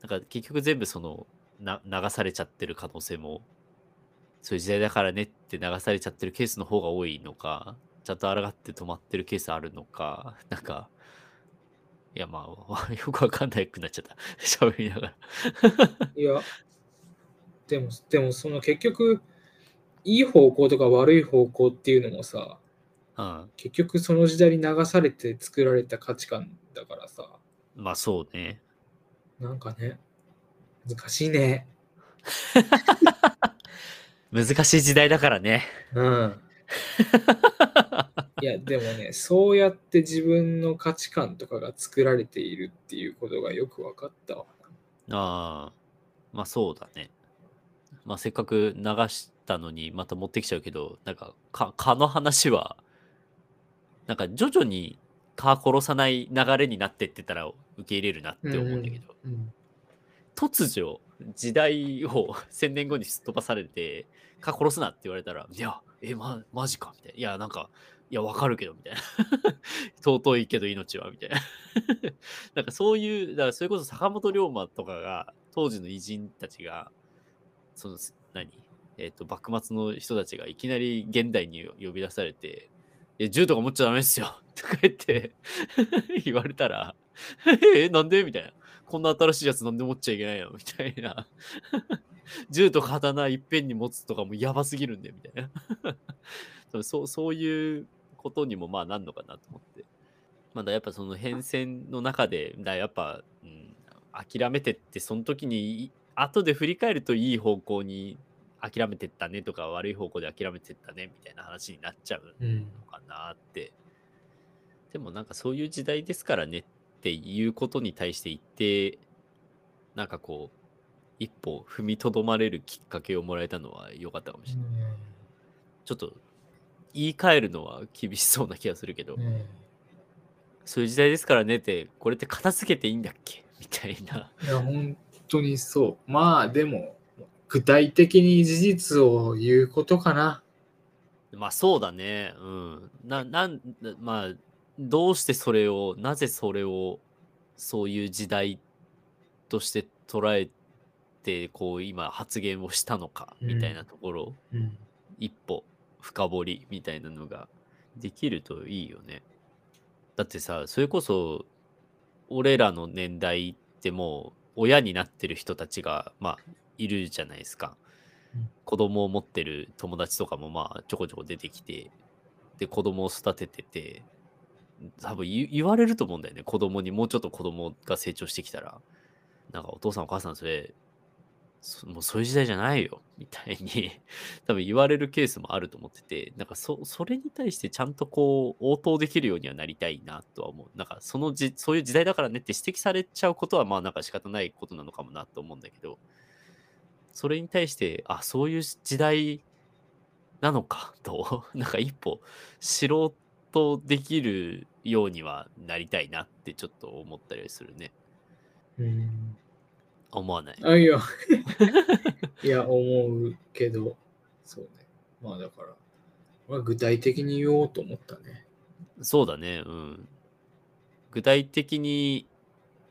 Speaker 1: なんか結局全部そのな流されちゃってる可能性もそういう時代だからねって流されちゃってるケースの方が多いのかちゃんと抗って止まってるケースあるのか なんかいやまあ よくわかんなくなっちゃった 喋りながら
Speaker 2: いや、でも、でもその結局、いい方向とか悪い方向っていうのもさ、
Speaker 1: うん、
Speaker 2: 結局その時代に流されて作られた価値観だからさ、
Speaker 1: まあそうね。
Speaker 2: なんかね、難しいね。
Speaker 1: 難しい時代だからね。
Speaker 2: うん。いや、でもね、そうやって自分の価値観とかが作られているっていうことがよく分かったわ。
Speaker 1: ああ、まあそうだね。まあせっかく流したのにまた持ってきちゃうけど、なんか、か、蚊の話は、なんか徐々に蚊殺さない流れになってってたら受け入れるなって思うんだけど、
Speaker 2: うん。
Speaker 1: 突如時代を1,000年後にすっ飛ばされて「か殺すな」って言われたら「いやえまマジか」みたいな「いやなんかいやわかるけど」みたいな 「尊いけど命は」みたいな なんかそういうだからそれこそ坂本龍馬とかが当時の偉人たちがその何えっ、と幕末の人たちがいきなり現代に呼び出されて「いや銃とか持っちゃダメですよ」 とか言って 言われたら 「えなんで?」みたいな。こんな新しいやつなんで持っちゃいけないよみたいな。 銃と刀いっぺんに持つとかもやばすぎるんでみたいな。 でもそうそういうことにもまあなんのかなと思って。まだやっぱその変遷の中で、だやっぱ、うん、諦めてって、その時にい後で振り返るといい方向に諦めてったねとか悪い方向で諦めてったねみたいな話になっちゃう
Speaker 2: うん
Speaker 1: のかなって。でもなんかそういう時代ですからねっていうことに対して一定、なんかこう、一歩踏みとどまれるきっかけをもらえたのは良かったかもしれない。ちょっと言い換えるのは厳しそうな気がするけど、
Speaker 2: うん
Speaker 1: そういう時代ですからねって、これって片付けていいんだっけみたいな。
Speaker 2: いや、本当にそう。まあ、でも、具体的に事実を言うことかな。
Speaker 1: まあそうだね。うん。な、なん、なまあ、どうしてそれを、なぜそれを、そういう時代として捉えて、こう、今発言をしたのか、みたいなところ、
Speaker 2: うん。
Speaker 1: 一歩深掘りみたいなのができるといいよね。だってさ、それこそ、俺らの年代ってもう、親になってる人たちが、まあ、いるじゃないですか
Speaker 2: うん。
Speaker 1: 子供を持ってる友達とかも、まあ、ちょこちょこ出てきて、で、子供を育ててて、多分言言われると思うんだよね。子供に、もうちょっと子供が成長してきたら、なんかお父さんお母さんそれ、そもうそういう時代じゃないよ、みたいに。多分言われるケースもあると思ってて、なんかそそれに対してちゃんとこう応答できるようにはなりたいなとは思う。なんかそのじそういう時代だからねって指摘されちゃうことはまあなんか仕方ないことなのかもなと思うんだけど、それに対して、あ、そういう時代なのかと、 なんか一歩知ろうとできるようにはなりたいなってちょっと思ったりするね。
Speaker 2: うん、
Speaker 1: 思わない。
Speaker 2: あ、いや。いや、思うけど、そうね。まあ、だから、まあ、具体的に言おうと思ったね。
Speaker 1: そうだね、うん。具体的に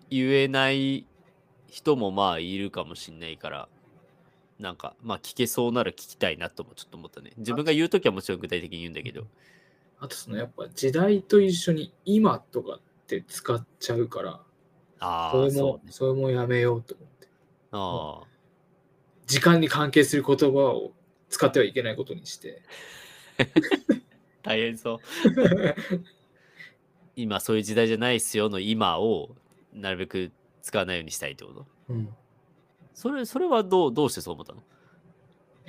Speaker 1: 言えない人もまあいるかもしんないから、なんか、まあ聞けそうなら聞きたいなともちょっと思ったね。自分が言うときはもちろん具体的に言うんだけど、
Speaker 2: あと、その、やっぱ、時代と一緒に今とかって使っちゃうから、
Speaker 1: あ
Speaker 2: そ
Speaker 1: あ、
Speaker 2: れも
Speaker 1: そ、う
Speaker 2: そ
Speaker 1: ね。
Speaker 2: れもやめようと思って。
Speaker 1: ああ、
Speaker 2: 時間に関係する言葉を使ってはいけないことにして。
Speaker 1: 大変そう。今そういう時代じゃないっすよの今をなるべく使わない ようにしたいってこと
Speaker 2: うん
Speaker 1: それそれはどうどうしてそう思ったの
Speaker 2: い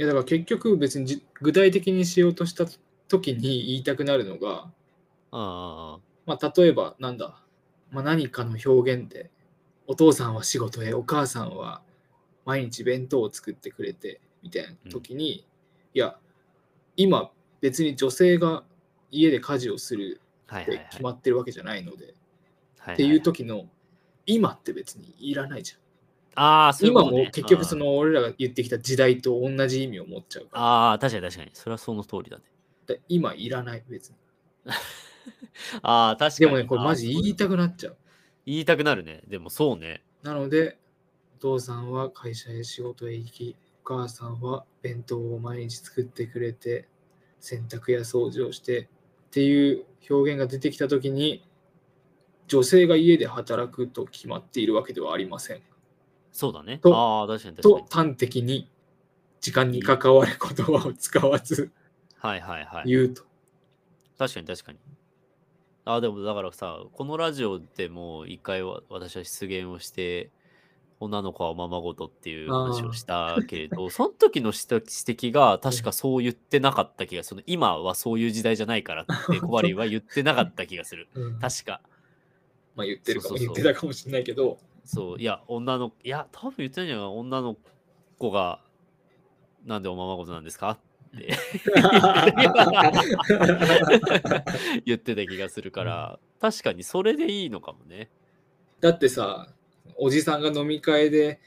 Speaker 2: やだから結局別にじ具体的にしようとした時に言いたくなるのが、
Speaker 1: あ
Speaker 2: まあ、例えばなんだ、まあ、何かの表現でお父さんは仕事へお母さんは毎日弁当を作ってくれてみたいな時に、いや今別に女性が家で家事をする
Speaker 1: あ、はい
Speaker 2: っ
Speaker 1: はいは
Speaker 2: て
Speaker 1: い。
Speaker 2: 決まってるわけじゃないので、
Speaker 1: ははは
Speaker 2: っていう時の今って別にいらないじゃん。
Speaker 1: ああ、そういうこ
Speaker 2: 今
Speaker 1: とね
Speaker 2: も結局そ。の俺らが言ってきた時代と同じ意味を持っちゃうから
Speaker 1: あーあー、確かに確かに。それはその通りだね。
Speaker 2: だから今いらない別に。
Speaker 1: ああ、確か
Speaker 2: で
Speaker 1: に。
Speaker 2: もね、これ
Speaker 1: あー
Speaker 2: マジ
Speaker 1: そう
Speaker 2: 言いたくなっちゃう。
Speaker 1: 言いたくなるね。でもそうね。
Speaker 2: なので、お父さんは会社へ仕事へ行き、お母さんは弁当を毎日作ってくれて、洗濯や掃除をしてっていう表現が出てきたときに、女性が家で働くと決まっているわけではありません。
Speaker 1: そうだね。
Speaker 2: と
Speaker 1: ああ、確かに確か
Speaker 2: と
Speaker 1: に。
Speaker 2: 端的に時間に関わる言葉を使わず
Speaker 1: はいはいはい。
Speaker 2: 言うと。
Speaker 1: 確かに確かに。ああ、でもだからさ、このラジオでもう一回わ私は失言をして、女の子はおままごとっていう話をしたけれど、 その時の指摘指摘が確かそう言ってなかった気がする。今はそういう時代じゃないからって小針は言ってなかった気がする。
Speaker 2: うん
Speaker 1: 確か。
Speaker 2: まあ言ってるかも
Speaker 1: そう
Speaker 2: 言
Speaker 1: そう
Speaker 2: って
Speaker 1: そう
Speaker 2: たかもしれないけ ど、
Speaker 1: そう、いや、女の、いや、多分言ってないんじゃないかな女の子が、なんでおままごとなんですかって 言ってた気がするから、確かにそれでいいのかもね。
Speaker 2: だってさ、おじさんが飲み会で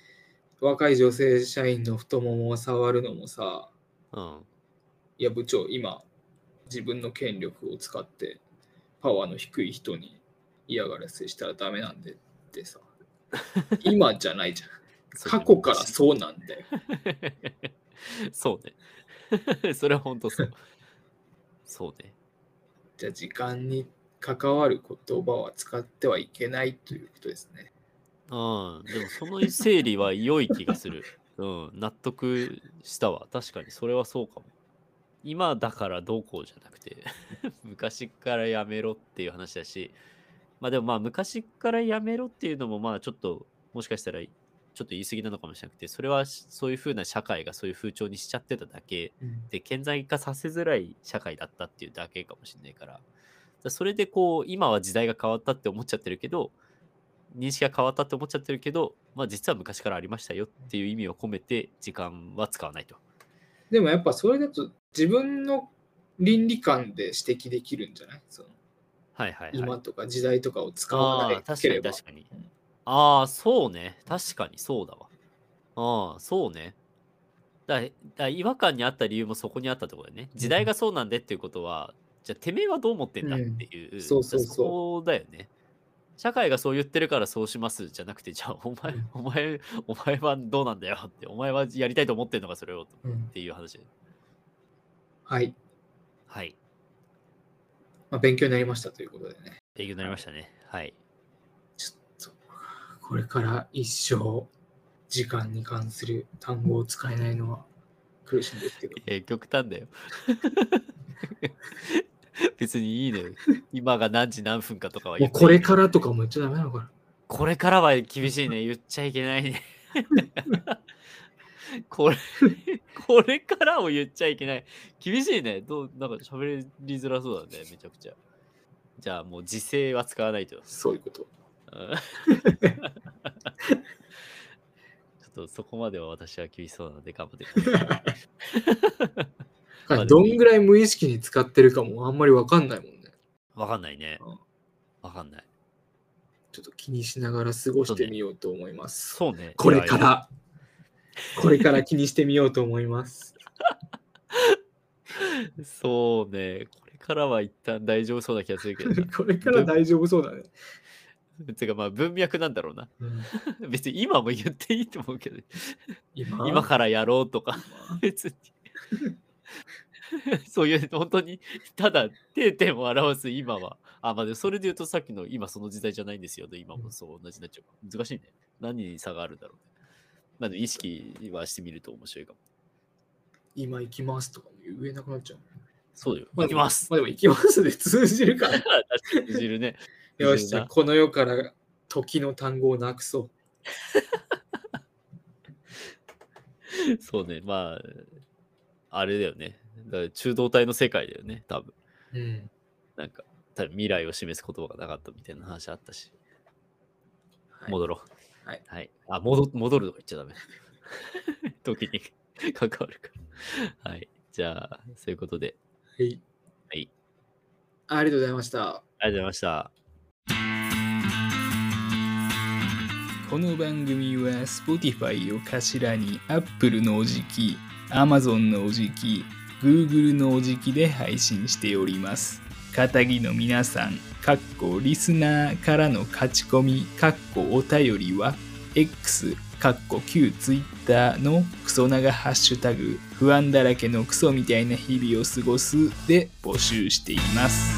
Speaker 2: 若い女性社員の太ももを触るのもさ、
Speaker 1: うん。
Speaker 2: いや部長、今、自分の権力を使ってパワーの低い人に嫌がらせしたらダメなんでってさ、今じゃないじゃん。過去から
Speaker 1: そ
Speaker 2: そうなんだよ。
Speaker 1: うね。そうね。 それは本当そう。そうね。
Speaker 2: じゃあ時間に関わる言葉は使ってはいけないということですね。
Speaker 1: うん。でもその整理は良い気がする。うん。納得したわ。確かにそれはそうかも。今だからどうこうじゃなくて、 昔からやめろっていう話だし、まあでもまあ昔からやめろっていうのもまあちょっともしかしたらちょっと言い過ぎなのかもしれなくて、それはしそういう風な社会がそういう風潮にしちゃってただけで顕在化させづらい社会だったっていうだけかもしれないからだからそれでこう今は時代が変わったって思っちゃってるけど認識が変わったって思っちゃってるけど、まあ、実は昔からありましたよっていう意味を込めて時間は使わないと。
Speaker 2: でもやっぱそれだと自分の倫理観で指摘できるんじゃないその
Speaker 1: はいはいはい。
Speaker 2: 今とか時代とかを使わ
Speaker 1: あ
Speaker 2: な
Speaker 1: あ
Speaker 2: けれ
Speaker 1: ー確か
Speaker 2: ば
Speaker 1: に確かに
Speaker 2: うん。
Speaker 1: ああそうね確かにそうだわ。ああそうね。だだから違和感にあった理由もそこにあったところだよね。時代がそうなんでっていうことは、じゃあてめえはどう思ってんだっ
Speaker 2: う
Speaker 1: て
Speaker 2: ん
Speaker 1: いう、
Speaker 2: そうそうそう
Speaker 1: こだよね。社会がそう言ってるからそうしますじゃなくてじゃあお前
Speaker 2: うん
Speaker 1: お前お前はどうなんだよってお前はやりたいと思ってんのかそれをっ
Speaker 2: うん
Speaker 1: ていう話で
Speaker 2: はい、
Speaker 1: はい
Speaker 2: まあ、勉強になりましたということでね
Speaker 1: 勉強になりましたねはい
Speaker 2: ちょっとこれから一生時間に関する単語を使えないのは苦しいんですけど
Speaker 1: えー極端だよ。 別にいいのよ。今が何時何分かとかは
Speaker 2: も
Speaker 1: 言
Speaker 2: う
Speaker 1: っていい
Speaker 2: こ
Speaker 1: の
Speaker 2: れ
Speaker 1: よ
Speaker 2: からとかも言っちゃダメなのかな
Speaker 1: これからは厳しいね。言っちゃいけないね。 これ、これからを言っちゃいけない。厳しいね。どう、なんか喋りづらそうだね。めちゃくちゃ。じゃあもう時制は使わないと。
Speaker 2: そういうこと
Speaker 1: うん ちょっとそこまでは私は厳しそうなので頑張ってください。まあで
Speaker 2: ど
Speaker 1: も
Speaker 2: んぐらい無意識に使ってるかもあんまりわかんないもんね
Speaker 1: わかんないね
Speaker 2: うん。
Speaker 1: わかんない。
Speaker 2: ちょっと気にしながら過ごしてみようと思います、
Speaker 1: そうね。
Speaker 2: これか
Speaker 1: いやいや。
Speaker 2: らこれから気にしてみようと思います。
Speaker 1: そうね。これからは一旦大丈夫 そうな気がするけどな
Speaker 2: これから大丈夫そうだね、
Speaker 1: てかまあ文脈なんだろうな。
Speaker 2: うん
Speaker 1: 別に今も言っていいと思うけど、
Speaker 2: 今
Speaker 1: 今からやろうとか、 別に。そういう本当にただ定点を表す今はあまあでもそれで言うとさっきの今その時代じゃないんですよね今もそう同じになっちゃうから難しいね何に差があるんだろうねまあでも意識はしてみると面白いかも
Speaker 2: 今行きますとか言えなくなっちゃう。
Speaker 1: そうだよ。
Speaker 2: まあ
Speaker 1: 行きます。
Speaker 2: まあでも行きますで通じるから。
Speaker 1: 通じるね。
Speaker 2: よし、じゃあこの世から時の単語をなくそう。
Speaker 1: そうね。まあ、あれだよね。だから中道体の世界だよね、多分。
Speaker 2: うん。
Speaker 1: なんか、多分未来を示す言葉がなかったみたいな話あったし。
Speaker 2: はい
Speaker 1: 戻ろう。
Speaker 2: はい。
Speaker 1: はい、あ戻、戻るとか言っちゃダメ。 時に 関わるから。はい。じゃあ、そういうことで、
Speaker 2: はい。
Speaker 1: はい。
Speaker 2: ありがとうございました。
Speaker 1: ありがとうございました。
Speaker 2: この番組は Spotify を頭に Apple のおじき、Amazon のおじき、Google のおじきで配信しております。片木の皆さん、かっこリスナーからの勝ち込み、かっこお便りは、X、かっこ旧 Twitter のクソ長ハッシュタグ、不安だらけのクソみたいな日々を過ごすで募集しています。